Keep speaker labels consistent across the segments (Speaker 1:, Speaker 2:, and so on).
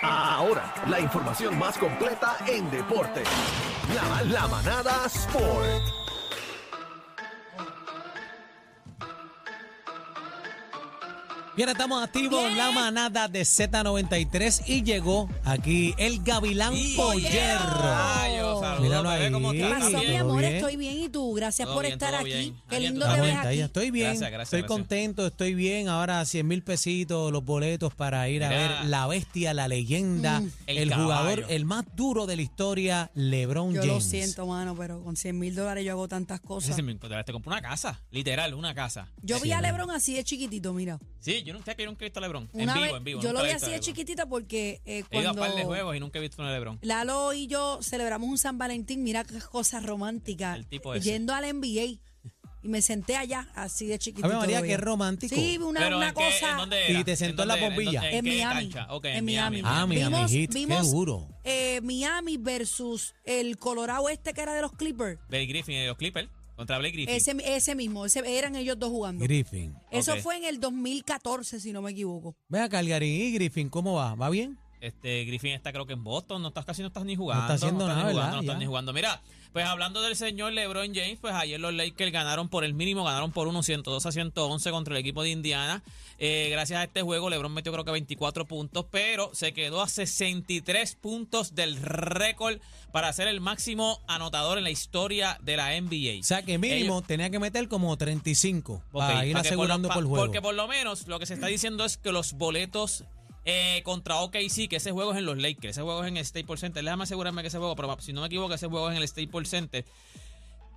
Speaker 1: Ahora, la información más completa en deporte. La, la manada Sport.
Speaker 2: Bien, estamos activos en la manada de Z93 y llegó aquí el Gavilán Ah,
Speaker 3: Y-
Speaker 2: Pollerro.
Speaker 3: Ay, yo saludo,
Speaker 2: Míralo
Speaker 3: bebé,
Speaker 2: ahí.
Speaker 3: ¿cómo
Speaker 2: ¿Qué Sí,
Speaker 3: estás?
Speaker 4: pasó,
Speaker 2: todo
Speaker 4: mi amor?
Speaker 2: bien.
Speaker 4: Estoy bien y tú. Gracias
Speaker 3: Todo
Speaker 4: por
Speaker 3: bien,
Speaker 4: estar
Speaker 3: todo
Speaker 4: aquí.
Speaker 3: bien.
Speaker 4: Qué
Speaker 3: Aquí
Speaker 4: lindo
Speaker 3: andamos.
Speaker 4: te
Speaker 2: Estamos
Speaker 4: ves
Speaker 2: en
Speaker 4: aquí.
Speaker 2: talla. Estoy bien,
Speaker 3: Gracias, gracias,
Speaker 2: estoy
Speaker 3: gracias.
Speaker 2: contento, estoy bien. Ahora 100 mil pesitos, los boletos para ir a
Speaker 3: Mira.
Speaker 2: ver la bestia, la leyenda,
Speaker 4: Mm.
Speaker 2: el,
Speaker 3: El
Speaker 2: jugador,
Speaker 3: caballo.
Speaker 2: el más duro de la historia, LeBron
Speaker 4: Yo
Speaker 2: James.
Speaker 4: lo siento, mano, pero con 100 mil dólares yo hago tantas cosas.
Speaker 3: Sí, me- Te te compré una casa, literal, una casa.
Speaker 4: Yo vi a Lebron así de chiquitito, mira.
Speaker 3: Sí, yo nunca he querido un Cristo Lebron.
Speaker 4: Una
Speaker 3: en vivo,
Speaker 4: vez-
Speaker 3: en vivo.
Speaker 4: Yo
Speaker 3: nunca
Speaker 4: lo
Speaker 3: he
Speaker 4: vi
Speaker 3: visto a
Speaker 4: así de
Speaker 3: LeBron.
Speaker 4: chiquitito porque eh,
Speaker 3: He ido a
Speaker 4: cuando
Speaker 3: par de juegos y nunca he visto una Lebron.
Speaker 4: Lalo y yo celebramos un San Valentín, mira qué cosa romántica.
Speaker 3: El tipo ese.
Speaker 4: Yendo al NBA. Y me senté allá así de chiquitito.
Speaker 2: Ave María,
Speaker 4: lo vi.
Speaker 2: qué romántico.
Speaker 4: Sí, una,
Speaker 3: Pero
Speaker 4: una
Speaker 3: ¿en qué-
Speaker 4: cosa.
Speaker 3: ¿en dónde era?
Speaker 2: Y te sentó en la
Speaker 3: dónde era?
Speaker 2: bombilla.
Speaker 3: ¿En,
Speaker 4: En
Speaker 3: qué
Speaker 4: Miami.
Speaker 3: cancha? Ok,
Speaker 4: En Miami.
Speaker 2: Ah, Miami,
Speaker 4: Vimos-
Speaker 2: Heat, qué
Speaker 4: vimos-
Speaker 2: duro.
Speaker 4: eh, Miami versus el Colorado este que era de los Clippers.
Speaker 3: Blake Griffin y de los Clippers. Contra Blake Griffin.
Speaker 4: Ese, ese mismo, ese, eran ellos dos jugando.
Speaker 2: Griffin.
Speaker 4: Eso
Speaker 3: Ok.
Speaker 4: fue en el 2014, si no me equivoco.
Speaker 2: Ve a Calgarín y Griffin, ¿cómo va? ¿Va bien?
Speaker 3: Este Griffin está creo que en Boston, no estás casi no estás ni jugando.
Speaker 2: haciendo nada,
Speaker 3: estás ni jugando,
Speaker 2: ¿verdad?
Speaker 3: no estás
Speaker 2: Ya.
Speaker 3: ni jugando. Mira, pues hablando del señor LeBron James, pues ayer los Lakers ganaron por el mínimo, ganaron por 1, 102 a 111 contra el equipo de Indiana. Eh, gracias a este juego LeBron metió creo que 24 puntos, pero se quedó a 63 puntos del récord para ser el máximo anotador en la historia de la NBA.
Speaker 2: O sea que mínimo
Speaker 3: Ellos-
Speaker 2: tenía que meter como 35
Speaker 3: Ok,
Speaker 2: para ir
Speaker 3: para que por lo-
Speaker 2: asegurando
Speaker 3: pa-
Speaker 2: por, el juego.
Speaker 3: Porque por lo menos lo que se está diciendo es que los boletos eh, contra OKC, que ese juego es en los Lakers, ese juego es en el Staples Center. Déjame asegurarme que ese juego, pero si no me equivoco, ese juego es en el Staples Center.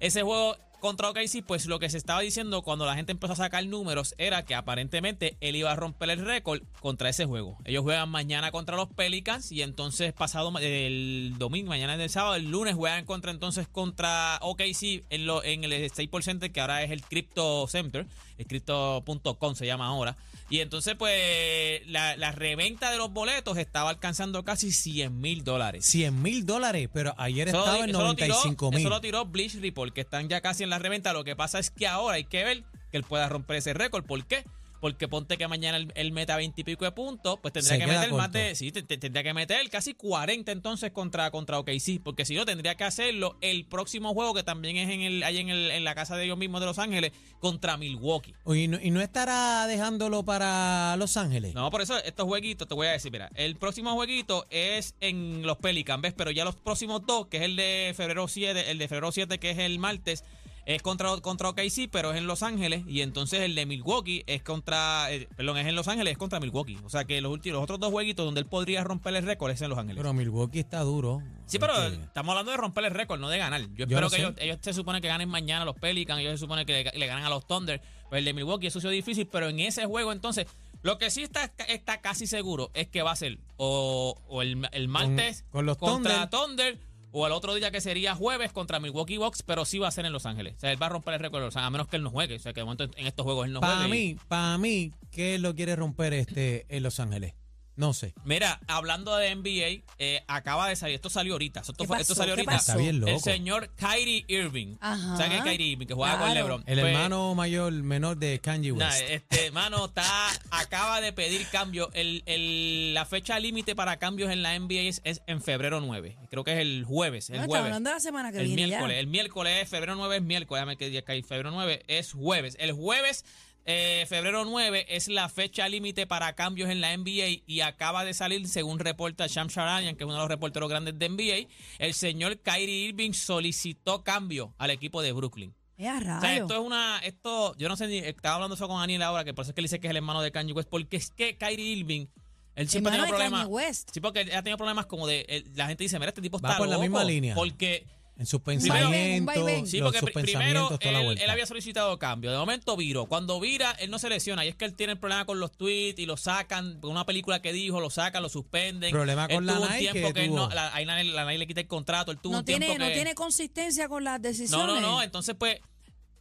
Speaker 3: Ese juego contra OKC, pues lo que se estaba diciendo cuando la gente empezó a sacar números era que aparentemente él iba a romper el récord contra ese juego. Ellos juegan mañana contra los Pelicans y entonces pasado ma- el domingo, mañana es el sábado, el lunes juegan contra entonces contra OKC en, lo, en el Staples Center que ahora es el Crypto Center, el Crypto.com se llama ahora. Y entonces pues la, la reventa de los boletos estaba alcanzando casi 100 mil dólares.
Speaker 2: 100 mil dólares, pero ayer
Speaker 3: Eso lo
Speaker 2: estaba
Speaker 3: di-
Speaker 2: en
Speaker 3: eso lo tiró-
Speaker 2: 95 mil.
Speaker 3: Eso lo tiró Bleach Report, que están ya casi en la reventa. Lo que pasa es que ahora hay que ver que él pueda romper ese récord. ¿Por qué? Porque ponte que mañana él, él meta 20 y pico de puntos, pues tendría
Speaker 2: Se
Speaker 3: que
Speaker 2: queda
Speaker 3: meter más
Speaker 2: corto.
Speaker 3: de. Sí, te- te- tendría que meter casi 40 entonces contra, contra OKC. Porque si no, tendría que hacerlo el próximo juego, que también es en el, ahí en, el- en la casa de ellos mismos de Los Ángeles, contra Milwaukee.
Speaker 2: Y, no, y no estará dejándolo para Los Ángeles.
Speaker 3: No, por eso estos jueguitos, te voy a decir, mira, el próximo jueguito es en los Pelicans, ¿ves? Pero ya los próximos dos, que es el de febrero 7, el de febrero 7 que es el martes, es contra, contra OKC, pero es en Los Ángeles, y entonces el de Milwaukee es contra, eh, perdón, es en Los Ángeles, es contra Milwaukee. O sea que los, últimos, los otros dos jueguitos donde él podría romper el récord es en Los Ángeles.
Speaker 2: Pero Milwaukee está duro.
Speaker 3: Sí, pero
Speaker 2: Este,
Speaker 3: estamos hablando de romper el récord, no de ganar. Yo espero
Speaker 2: lo
Speaker 3: que
Speaker 2: sé.
Speaker 3: ellos, ellos se supone que ganen mañana a los Pelicans, ellos se supone que le, le ganan a los Thunder. Pero el de Milwaukee es sucio difícil, pero en ese juego entonces, lo que sí está, está casi seguro es que va a ser o, o el, el martes
Speaker 2: con los
Speaker 3: contra Thunder. o el otro día que sería jueves contra Milwaukee Bucks, pero sí va a ser en Los Ángeles. O sea, él va a romper el récord, de Los Ángeles, a menos que él no juegue. O sea, que de momento en estos juegos él no
Speaker 2: para
Speaker 3: juegue. y-
Speaker 2: mí, para mí, ¿qué lo quiere romper este en Los Ángeles? No sé.
Speaker 3: Mira, hablando de NBA, eh, acaba de salir, esto salió ahorita, esto,
Speaker 4: ¿Qué
Speaker 3: fue- esto
Speaker 4: pasó?
Speaker 3: salió
Speaker 4: ¿Qué
Speaker 3: ahorita.
Speaker 4: pasó?
Speaker 2: Está bien loco.
Speaker 3: El señor Kyrie Irving.
Speaker 4: Ajá.
Speaker 3: ¿Sabes qué es Kyrie Irving? Que jugaba con
Speaker 4: Claro.
Speaker 3: LeBron.
Speaker 2: El
Speaker 3: Pues,
Speaker 2: hermano mayor, menor de Kanye West.
Speaker 3: nada, este mano está, acaba de pedir cambio. El, el- la fecha límite para cambios en la NBA es, es en febrero 9. Creo que es el jueves. El
Speaker 4: No, estamos
Speaker 3: jueves.
Speaker 4: Ah, hablando de la semana que
Speaker 3: El
Speaker 4: viene.
Speaker 3: miércoles,
Speaker 4: ya.
Speaker 3: el miércoles es febrero 9, es miércoles, déjame que día cae, febrero 9 es jueves. El jueves, eh, febrero 9 es la fecha límite para cambios en la NBA y acaba de salir, según reporta Sham Sharanian, que es uno de los reporteros grandes de NBA, el señor Kyrie Irving solicitó cambio al equipo de Brooklyn.
Speaker 4: Eh, a
Speaker 3: O sea,
Speaker 4: rayo.
Speaker 3: esto es una, esto, yo no sé ni, estaba hablando eso con Aniel ahora, que por eso es que él dice que es el hermano de Kanye West, porque es que Kyrie Irving, él siempre ha tenido
Speaker 4: Hermano de
Speaker 3: problemas.
Speaker 4: Kanye West.
Speaker 3: Sí, porque él ha tenido problemas como de, él- la gente dice, mira, este tipo
Speaker 2: Va
Speaker 3: está
Speaker 2: por la
Speaker 3: loco",
Speaker 2: misma línea.
Speaker 3: Porque
Speaker 2: en sus
Speaker 3: vaivén, un
Speaker 2: pensamientos,
Speaker 4: vaivén.
Speaker 3: Sí,
Speaker 2: los-
Speaker 3: porque
Speaker 2: sus
Speaker 3: pri- primero
Speaker 2: pensamientos, toda la
Speaker 3: él,
Speaker 2: vuelta.
Speaker 3: él había solicitado cambio. De momento viró. Cuando vira, él no se lesiona. Y es que él tiene el problema con los tweets y lo sacan. Por una película que dijo, lo sacan, lo suspenden.
Speaker 2: Problema
Speaker 3: Él
Speaker 2: con la
Speaker 3: tuvo un
Speaker 2: Nike
Speaker 3: tiempo
Speaker 2: que
Speaker 3: que él no,
Speaker 2: tuvo.
Speaker 3: la, ahí la- la Nike le quita el contrato. Él tuvo
Speaker 4: no,
Speaker 3: un tiempo
Speaker 4: tiene, no
Speaker 3: que-
Speaker 4: tiene consistencia con las decisiones.
Speaker 3: no, no, no. Entonces, pues,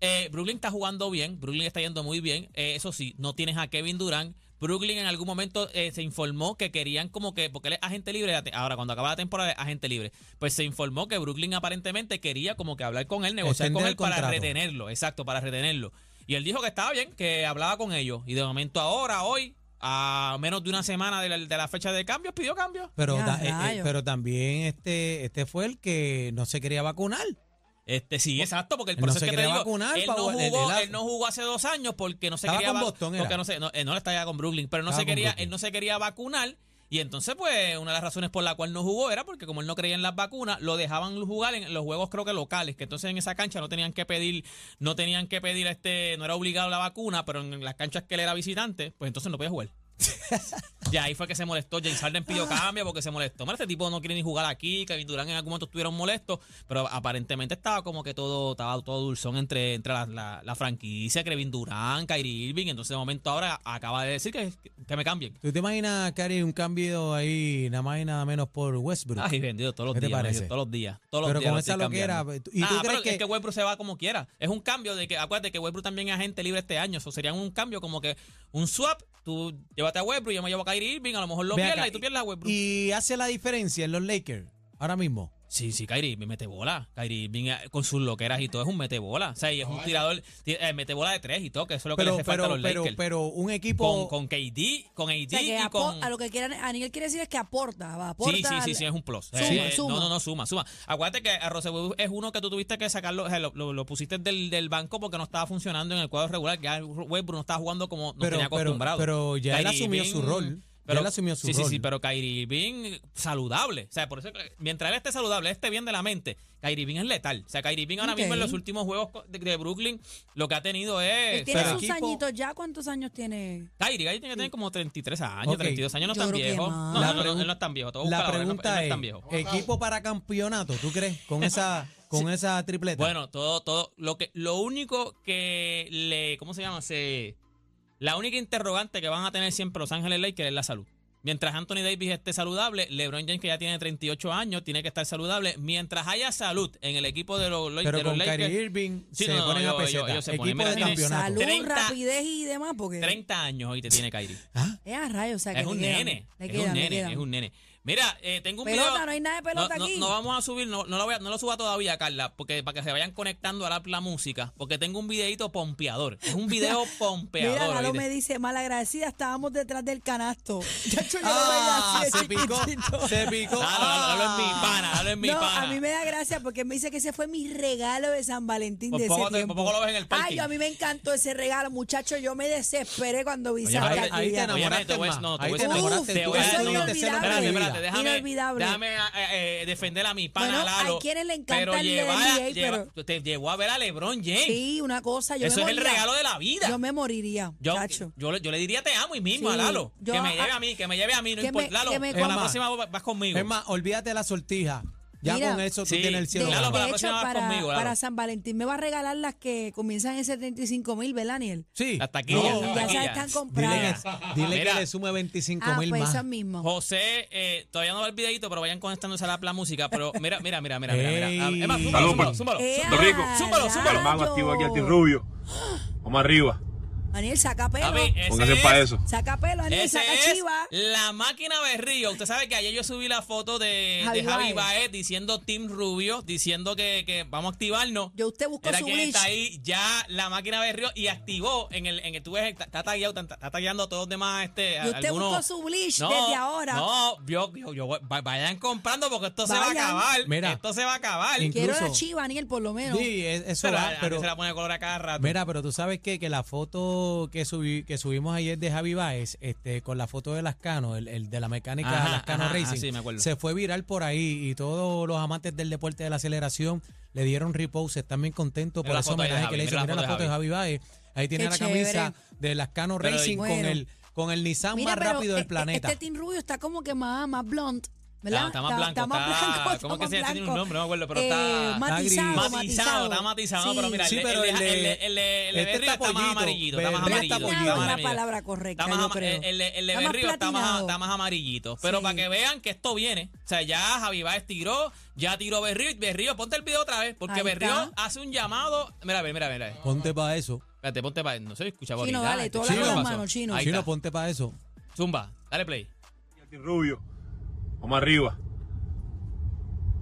Speaker 3: eh, Brooklyn está jugando bien. Brooklyn está yendo muy bien. Eh, eso sí, no tienes a Kevin Durant. Brooklyn en algún momento eh, se informó que querían como que, porque él es agente libre, la te- ahora cuando acaba la temporada es agente libre, pues se informó que Brooklyn aparentemente quería como que hablar con él, negociar
Speaker 2: Extender
Speaker 3: con
Speaker 2: el
Speaker 3: él para
Speaker 2: contrato.
Speaker 3: retenerlo, exacto, para retenerlo. Y él dijo que estaba bien, que hablaba con ellos. Y de momento ahora, hoy, a menos de una semana de la, de la fecha de cambios, pidió cambios.
Speaker 2: Pero,
Speaker 4: Ya,
Speaker 2: da- eh, eh,
Speaker 4: rayos.
Speaker 2: pero también este, este fue el que no se quería vacunar.
Speaker 3: Este, sí, exacto, porque el
Speaker 2: Él no se
Speaker 3: proceso que te
Speaker 2: quería
Speaker 3: digo,
Speaker 2: vacunar,
Speaker 3: él, no
Speaker 2: Pau,
Speaker 3: jugó,
Speaker 2: el- el-
Speaker 3: él no jugó hace dos años porque no se
Speaker 2: Estaba
Speaker 3: quería
Speaker 2: con
Speaker 3: va-
Speaker 2: Boston, era.
Speaker 3: porque no, se, no, eh, no, él estaba ya con Brooklyn, pero no
Speaker 2: Estaba
Speaker 3: se
Speaker 2: con
Speaker 3: quería,
Speaker 2: Brooklyn.
Speaker 3: él no se quería vacunar y entonces pues una de las razones por la cual no jugó era porque como él no creía en las vacunas, lo dejaban jugar en los juegos creo que locales, que entonces en esa cancha no tenían que pedir, no tenían que pedir este, no era obligado la vacuna, pero en las canchas que él era visitante, pues entonces no podía jugar. Y ahí fue que se molestó. James Harden pidió cambio porque se molestó. Mira, este tipo no quiere ni jugar aquí. Kevin Durant en algún momento estuvieron molestos. Pero aparentemente estaba como que todo estaba todo dulzón entre, entre la, la- la franquicia. Kevin Durant, Kyrie Irving. Entonces, de momento, ahora acaba de decir que, que me cambien.
Speaker 2: ¿Tú te imaginas, Cari, un cambio ahí, nada más y nada menos por Westbrook?
Speaker 3: Ay, vendido todos los
Speaker 2: ¿Qué te
Speaker 3: días. me
Speaker 2: parece?
Speaker 3: dijo, Todos los días. Todos los
Speaker 2: Pero
Speaker 3: días
Speaker 2: con
Speaker 3: lo
Speaker 2: esa
Speaker 3: estoy
Speaker 2: loquera,
Speaker 3: cambiando.
Speaker 2: ¿y tú
Speaker 3: Ah,
Speaker 2: crees
Speaker 3: pero
Speaker 2: que-
Speaker 3: es que Westbrook se va como quiera. Es un cambio de que, acuérdate que Westbrook también es agente libre este año. Eso sería un cambio como que un swap. Tú llévate a Westbrook, yo me llevo a Kyrie Irving. A lo mejor lo
Speaker 2: Ve acá,
Speaker 3: pierdas y tú pierdas a Westbrook.
Speaker 2: Y hace la diferencia en los Lakers, ahora mismo.
Speaker 3: Sí, sí, Kyrie Irving mete bola. Kyrie Irving eh, con sus loqueras y todo es un mete bola. O sea, y es un tirador, ti- eh, mete bola de tres y todo, que eso es lo que le
Speaker 2: Pero,
Speaker 3: hace falta a
Speaker 2: pero,
Speaker 3: los
Speaker 2: pero,
Speaker 3: Lakers.
Speaker 2: pero un
Speaker 3: con,
Speaker 2: equipo...
Speaker 3: con KD, con AD
Speaker 4: O sea, que
Speaker 3: y
Speaker 4: apo-
Speaker 3: con...
Speaker 4: a lo que quieran, a Niel quiere decir es que aporta, va, aporta.
Speaker 3: Sí, sí, sí,
Speaker 4: al-
Speaker 3: sí, es un plus. Eh,
Speaker 4: Suma, suma.
Speaker 3: No, no, no, suma, suma. Acuérdate que a Rosebud es uno que tú tuviste que sacarlo, o sea, lo, lo- lo pusiste del, del banco porque no estaba funcionando en el cuadro regular. Ya Westbrook no estaba jugando como nos
Speaker 2: Pero-
Speaker 3: tenía
Speaker 2: pero-
Speaker 3: acostumbrado.
Speaker 2: pero ya él
Speaker 3: Kyrie
Speaker 2: asumió su rol. Ya él asumió su
Speaker 3: sí, Sí, sí,
Speaker 2: rol.
Speaker 3: pero Kyrie Irving saludable. O sea, por eso que mientras él esté saludable, él esté bien de la mente, Kyrie Irving es letal. O sea, Kyrie Irving ahora
Speaker 4: Ok.
Speaker 3: mismo en los últimos juegos co- de, de Brooklyn lo que ha tenido
Speaker 4: Él
Speaker 3: es...
Speaker 4: tiene
Speaker 2: pero
Speaker 4: sus
Speaker 2: equipo-
Speaker 4: añitos ya, ¿cuántos años tiene?
Speaker 3: Kyrie, Kyrie tiene que tener como 33 años,
Speaker 2: Ok.
Speaker 3: 32 años, no es
Speaker 4: Yo
Speaker 3: tan
Speaker 4: creo que
Speaker 3: viejo.
Speaker 4: más.
Speaker 3: No,
Speaker 2: La
Speaker 3: no, no,
Speaker 2: pregun-
Speaker 3: él no es tan viejo. te voy a
Speaker 2: La
Speaker 3: buscar ahora, él no- él no
Speaker 2: pregunta
Speaker 3: es
Speaker 2: es,
Speaker 3: tan viejo.
Speaker 2: equipo para campeonato, ¿tú crees? Con esa, con esa tripleta.
Speaker 3: Bueno, todo, todo. Lo que, lo único que le, ¿cómo se llama? Se, la única interrogante que van a tener siempre Los Ángeles Lakers es la salud. Mientras Anthony Davis esté saludable, LeBron James, que ya tiene 38 años, tiene que estar saludable. Mientras haya salud en el equipo de los,
Speaker 2: pero
Speaker 3: de los
Speaker 2: con
Speaker 3: Lakers,
Speaker 2: Kyrie Irving
Speaker 3: Sí,
Speaker 2: se
Speaker 3: no, no,
Speaker 2: ponen a
Speaker 3: ellos-
Speaker 2: peseta.
Speaker 3: ellos se
Speaker 2: equipo
Speaker 3: ponen, mira,
Speaker 2: de
Speaker 3: tiene
Speaker 2: campeonato.
Speaker 4: Salud,
Speaker 3: 30.
Speaker 4: rapidez y demás, porque...
Speaker 3: 30 años hoy te tiene Kyrie.
Speaker 2: Ah,
Speaker 4: Es a rayos, o sea, que
Speaker 3: es
Speaker 4: le
Speaker 3: un
Speaker 4: quedan,
Speaker 3: nene,
Speaker 4: le
Speaker 3: es
Speaker 4: quedan,
Speaker 3: un
Speaker 4: le
Speaker 3: nene,
Speaker 4: quedan.
Speaker 3: es un nene. Mira, eh, tengo un
Speaker 4: Pelota,
Speaker 3: video.
Speaker 4: no hay nada de pelota aquí.
Speaker 3: No, vamos a subir, no, no lo voy a- no lo suba todavía, Carla, porque para que se vayan conectando a la, la música, porque tengo un videito pompeador. Es un video pompeador.
Speaker 4: Mira, Lalo
Speaker 3: ¿oíste?
Speaker 4: me dice, malagradecida, estábamos detrás del canasto. Ya yo lo
Speaker 2: Ah,
Speaker 4: veía así de
Speaker 2: se picó,
Speaker 4: chiquitito.
Speaker 2: se picó. Ah.
Speaker 3: Dalo, dalo, dalo en mi pana, dalo en mi
Speaker 4: Ah. no,
Speaker 3: pana.
Speaker 4: a mí me da gracia porque él me dice que ese fue mi regalo de San Valentín
Speaker 3: Por
Speaker 4: de ese
Speaker 3: poco te-
Speaker 4: tiempo.
Speaker 3: por poco lo ves en el parking.
Speaker 4: Ay, yo, a mí me encantó ese regalo, muchacho. Yo me desesperé cuando vi
Speaker 3: Oye,
Speaker 4: Santa
Speaker 2: ahí, te- ahí te
Speaker 4: Claus.
Speaker 3: Oye,
Speaker 2: enamoraste
Speaker 3: te voy a-
Speaker 2: más.
Speaker 3: no, te
Speaker 2: ahí
Speaker 3: voy a-
Speaker 2: te enamoraste.
Speaker 4: Uf,
Speaker 2: tú.
Speaker 4: eso
Speaker 2: Ese no te sé lo
Speaker 4: es
Speaker 2: que
Speaker 4: inolvidable.
Speaker 2: es la
Speaker 3: Espérate,
Speaker 2: vida.
Speaker 3: espérate,
Speaker 4: Inolvidable.
Speaker 3: déjame, déjame, eh, eh, defender a mi pana
Speaker 4: Bueno, hay
Speaker 3: Lalo.
Speaker 4: quienes le encanta
Speaker 3: pero
Speaker 4: el de
Speaker 3: llevar-
Speaker 4: NBA,
Speaker 3: lleva- te llevó a ver a LeBron James.
Speaker 4: Sí, una cosa. Yo
Speaker 3: Eso
Speaker 4: me
Speaker 3: es el
Speaker 4: moriría.
Speaker 3: regalo de la vida.
Speaker 4: Yo me moriría,
Speaker 3: Yo,
Speaker 4: muchacho.
Speaker 3: yo, le- yo le diría te amo y mismo
Speaker 4: Sí,
Speaker 3: a Lalo.
Speaker 4: yo-
Speaker 3: que me lleve
Speaker 4: ah,
Speaker 3: a mí, que me lleve a mí, no
Speaker 4: que me-
Speaker 3: importa. Lalo,
Speaker 4: que me
Speaker 3: para
Speaker 2: coma.
Speaker 3: la próxima vas vas conmigo.
Speaker 2: Es más, olvídate de la sortija. Ya
Speaker 4: Mira,
Speaker 2: con eso tú
Speaker 3: Sí,
Speaker 2: tienes el cielo.
Speaker 4: de,
Speaker 3: Lalo,
Speaker 2: ganado.
Speaker 3: para la
Speaker 4: de hecho,
Speaker 3: próxima vas
Speaker 4: para,
Speaker 3: conmigo, Lalo.
Speaker 4: para San Valentín me va a regalar las que comienzan en 75 mil, ¿verdad, Daniel?
Speaker 2: Sí.
Speaker 3: Hasta aquí,
Speaker 4: Sí,
Speaker 3: ya,
Speaker 2: No,
Speaker 3: hasta
Speaker 4: ya
Speaker 3: aquí,
Speaker 4: se
Speaker 3: ya.
Speaker 4: están
Speaker 2: Dile
Speaker 4: comprando.
Speaker 2: que, dile que
Speaker 3: Mira.
Speaker 2: le sume 25
Speaker 4: Ah,
Speaker 2: mil
Speaker 4: pues
Speaker 2: más.
Speaker 4: esas mismas.
Speaker 3: José, eh, todavía no va el videito, pero vayan conectándose a la, la música. Pero mira, mira, mira, mira, mira. mira. Ah,
Speaker 2: Ey.
Speaker 3: Es más, súmalo,
Speaker 5: Salud,
Speaker 3: súmalo,
Speaker 5: pues.
Speaker 3: súmalo.
Speaker 4: ¡Ea,
Speaker 5: Puerto Rico.
Speaker 3: Súmalo, súmalo.
Speaker 5: Hermano,
Speaker 4: rayos!
Speaker 5: activo aquí al Team Rubio. Vamos arriba.
Speaker 4: Daniel, saca pelo.
Speaker 3: Papi, ese
Speaker 5: Póngase para
Speaker 3: es-
Speaker 5: eso.
Speaker 4: Saca pelo, Daniel,
Speaker 3: Ese
Speaker 4: saca
Speaker 3: es
Speaker 4: chiva.
Speaker 3: la máquina de Río. Usted sabe que ayer yo subí la foto de de
Speaker 4: Javi
Speaker 3: Javi,
Speaker 4: Baez.
Speaker 3: Baez diciendo Team Rubio, diciendo que, que vamos a activarnos.
Speaker 4: Yo usted buscó
Speaker 3: Era
Speaker 4: su
Speaker 3: quien está
Speaker 4: glitch.
Speaker 3: ahí ya la máquina de Río y activó en el en el tú ves está, está tagueado, está, está tagueando a todos los demás este a-
Speaker 4: Y usted
Speaker 3: algunos-
Speaker 4: buscó su bleach desde ahora.
Speaker 3: No, yo, yo, yo voy- va- vayan comprando porque esto se
Speaker 4: Vayan.
Speaker 3: va a acabar.
Speaker 2: Mira.
Speaker 3: esto se va a acabar.
Speaker 2: Incluso-
Speaker 4: Quiero la chiva, Daniel, por lo menos.
Speaker 2: Sí, es- eso
Speaker 3: pero,
Speaker 2: va,
Speaker 3: a- a
Speaker 2: pero
Speaker 3: mí se la pone de color a cada rato.
Speaker 2: mira, pero tú sabes qué? que la foto que subí, que subimos ayer de Javi Baez, este, con la foto de Lascano, el, el de la mecánica
Speaker 3: Ajá,
Speaker 2: Lascano
Speaker 3: ajá, ajá,
Speaker 2: Racing,
Speaker 3: sí, me acuerdo.
Speaker 2: se fue viral por ahí y todos los amantes del deporte de la aceleración le dieron repost, están bien contentos
Speaker 3: Mira
Speaker 2: por
Speaker 3: la
Speaker 2: ese
Speaker 3: foto de
Speaker 2: homenaje
Speaker 3: Javi,
Speaker 2: que le
Speaker 3: mira
Speaker 2: hicieron. Mira la foto de Javi Baez, ahí tiene
Speaker 4: Qué
Speaker 2: la
Speaker 4: chévere.
Speaker 2: camisa de Lascano
Speaker 3: Pero-
Speaker 2: Racing con
Speaker 4: Bueno.
Speaker 2: el con el Nissan
Speaker 4: Mira,
Speaker 2: más
Speaker 4: pero
Speaker 2: rápido
Speaker 4: e-
Speaker 2: del
Speaker 4: e-
Speaker 2: planeta.
Speaker 4: Este Team Rubio está como que más, más blunt,
Speaker 3: Está-
Speaker 4: ¿verdad?
Speaker 3: está más blanco,
Speaker 4: más
Speaker 3: está-
Speaker 4: blanco, está
Speaker 3: ¿cómo que
Speaker 4: más
Speaker 3: se- tiene un
Speaker 4: blanco. Eh,
Speaker 3: nombre? No me acuerdo, pero está- está
Speaker 4: matizado,
Speaker 2: gris.
Speaker 3: matizado,
Speaker 4: matizado,
Speaker 3: está matizado,
Speaker 4: Sí.
Speaker 3: pero mira,
Speaker 2: Sí,
Speaker 3: el,
Speaker 2: pero
Speaker 3: el,
Speaker 2: el
Speaker 3: el,
Speaker 2: de-
Speaker 3: el- el de
Speaker 2: este
Speaker 3: Berrío está más
Speaker 2: tapollito,
Speaker 3: amarillito, está más
Speaker 2: Berrío
Speaker 3: amarillito.
Speaker 4: tapollito.
Speaker 3: está más
Speaker 4: Platinado es la
Speaker 3: amarillito.
Speaker 4: palabra correcta,
Speaker 3: Está más
Speaker 4: yo
Speaker 3: ama-
Speaker 4: creo.
Speaker 3: El, el- el de
Speaker 4: Está más
Speaker 3: Berrío está más,
Speaker 4: platinado.
Speaker 3: está más amarillito. Pero
Speaker 4: Sí.
Speaker 3: para que vean que esto viene, o sea, ya Javi Baez tiró, ya tiró Berrío, y Berrío, ponte el video otra vez, porque
Speaker 4: Ahí
Speaker 3: Berrío
Speaker 4: está.
Speaker 3: hace un llamado, mira, mira, mira, mira.
Speaker 2: Ponte para eso.
Speaker 3: Espérate, ponte para, no sé, escucha
Speaker 4: Chino,
Speaker 3: bonita.
Speaker 4: dale, tú
Speaker 3: Este,
Speaker 2: habla con
Speaker 3: ¿qué
Speaker 2: las
Speaker 3: pasó?
Speaker 4: manos, Chino.
Speaker 3: Ahí
Speaker 2: Chino,
Speaker 3: está.
Speaker 2: ponte para eso.
Speaker 3: Zumba, dale play.
Speaker 5: Aquí al Team Rubio. Vamos arriba.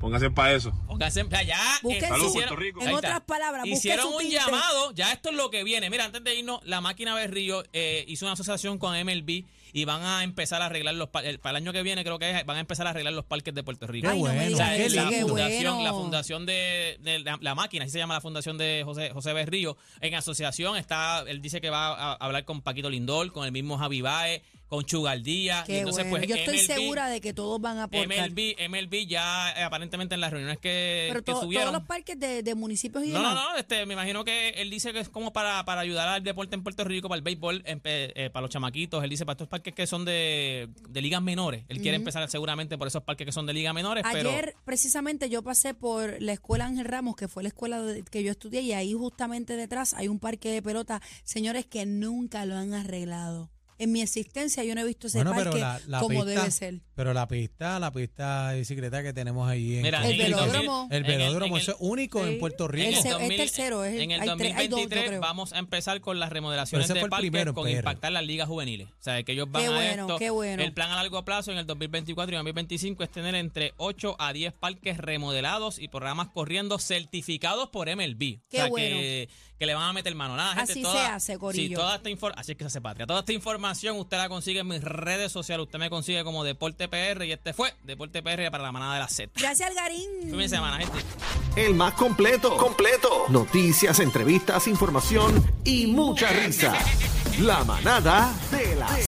Speaker 5: Pónganse para eso.
Speaker 3: Pónganse en playa.
Speaker 4: Busquen
Speaker 3: Eh,
Speaker 5: su-
Speaker 3: hicieron-
Speaker 5: Puerto Rico.
Speaker 3: Ahí
Speaker 4: En
Speaker 3: está.
Speaker 4: otras palabras, busquen
Speaker 3: hicieron
Speaker 4: su
Speaker 3: un
Speaker 4: tinte.
Speaker 3: llamado. Ya esto es lo que viene. Mira, antes de irnos, la máquina de Río eh, hizo una asociación con MLB y van a empezar a arreglar los par- el- para el año que viene creo que es, van a empezar a arreglar los parques de Puerto Rico.
Speaker 2: Ay, no me
Speaker 3: O sea,
Speaker 2: digas
Speaker 3: la,
Speaker 2: eso, qué
Speaker 3: fundación,
Speaker 4: bueno.
Speaker 3: la fundación de, de la, la máquina, así se llama la fundación de José José Berrío, en asociación está, él dice que va a, a hablar con Paquito Lindol, con el mismo Javi Baez, con Chugaldía.
Speaker 4: Qué
Speaker 3: y entonces
Speaker 4: bueno.
Speaker 3: pues
Speaker 4: Yo estoy
Speaker 3: MLB
Speaker 4: segura de que todos van a aportar.
Speaker 3: MLB, MLB ya eh, aparentemente en las reuniones eh, que,
Speaker 4: Pero
Speaker 3: que
Speaker 4: to-
Speaker 3: subieron.
Speaker 4: todos los parques de, de municipios y
Speaker 3: No, no,
Speaker 4: demás.
Speaker 3: no, este, me imagino que él dice que es como para, para ayudar al deporte en Puerto Rico, para el béisbol, en pe- eh, para los chamaquitos. Él dice para estos parques que son de, de ligas menores. Él quiere empezar seguramente por esos parques que son de ligas menores,
Speaker 4: Ayer, precisamente, yo pasé por la escuela Ángel Ramos, que fue la escuela de- que yo estudié, y ahí justamente detrás hay un parque de pelota, señores, que nunca lo han arreglado. En mi existencia yo no he visto ese
Speaker 2: Bueno,
Speaker 4: parque
Speaker 2: pero la, la
Speaker 4: pues, como
Speaker 2: pista,
Speaker 4: debe ser.
Speaker 2: pero la pista, la pista de bicicleta que tenemos ahí en
Speaker 3: Mira,
Speaker 4: El
Speaker 2: Colombia.
Speaker 4: velódromo.
Speaker 2: el
Speaker 3: en el-
Speaker 2: velódromo,
Speaker 3: en
Speaker 2: eso es único
Speaker 4: Sí.
Speaker 2: en Puerto
Speaker 3: pero
Speaker 4: el
Speaker 2: Rico.
Speaker 4: se- este es tercero, es el-
Speaker 3: en el
Speaker 4: hay tres- hay dos, yo
Speaker 3: 2023
Speaker 4: creo.
Speaker 3: vamos a empezar con las remodelaciones
Speaker 2: Pero ese
Speaker 3: de
Speaker 2: fue el
Speaker 3: parques
Speaker 2: primero en
Speaker 3: con
Speaker 2: PR.
Speaker 3: impactar las ligas juveniles. O sea, que ellos van
Speaker 4: Qué
Speaker 3: a
Speaker 4: bueno,
Speaker 3: esto.
Speaker 4: qué bueno.
Speaker 3: El plan a largo plazo en el 2024 y 2025 es tener entre 8 a 10 parques remodelados y programas corriendo certificados por MLB. o
Speaker 4: Qué
Speaker 3: sea,
Speaker 4: bueno.
Speaker 3: que, que le van a meter mano. Nada, gente,
Speaker 4: Así
Speaker 3: toda-
Speaker 4: se hace, corillo.
Speaker 3: Sí, toda esta infor- así es que se hace patria. Toda esta información usted la consigue en mis redes sociales. Usted me consigue como Deporte PR y este fue Deporte PR para la manada de la Z.
Speaker 4: Gracias, Algarín.
Speaker 3: Fin de semana, gente.
Speaker 1: El más completo. Completo. Noticias, entrevistas, información y mucha risa. La manada de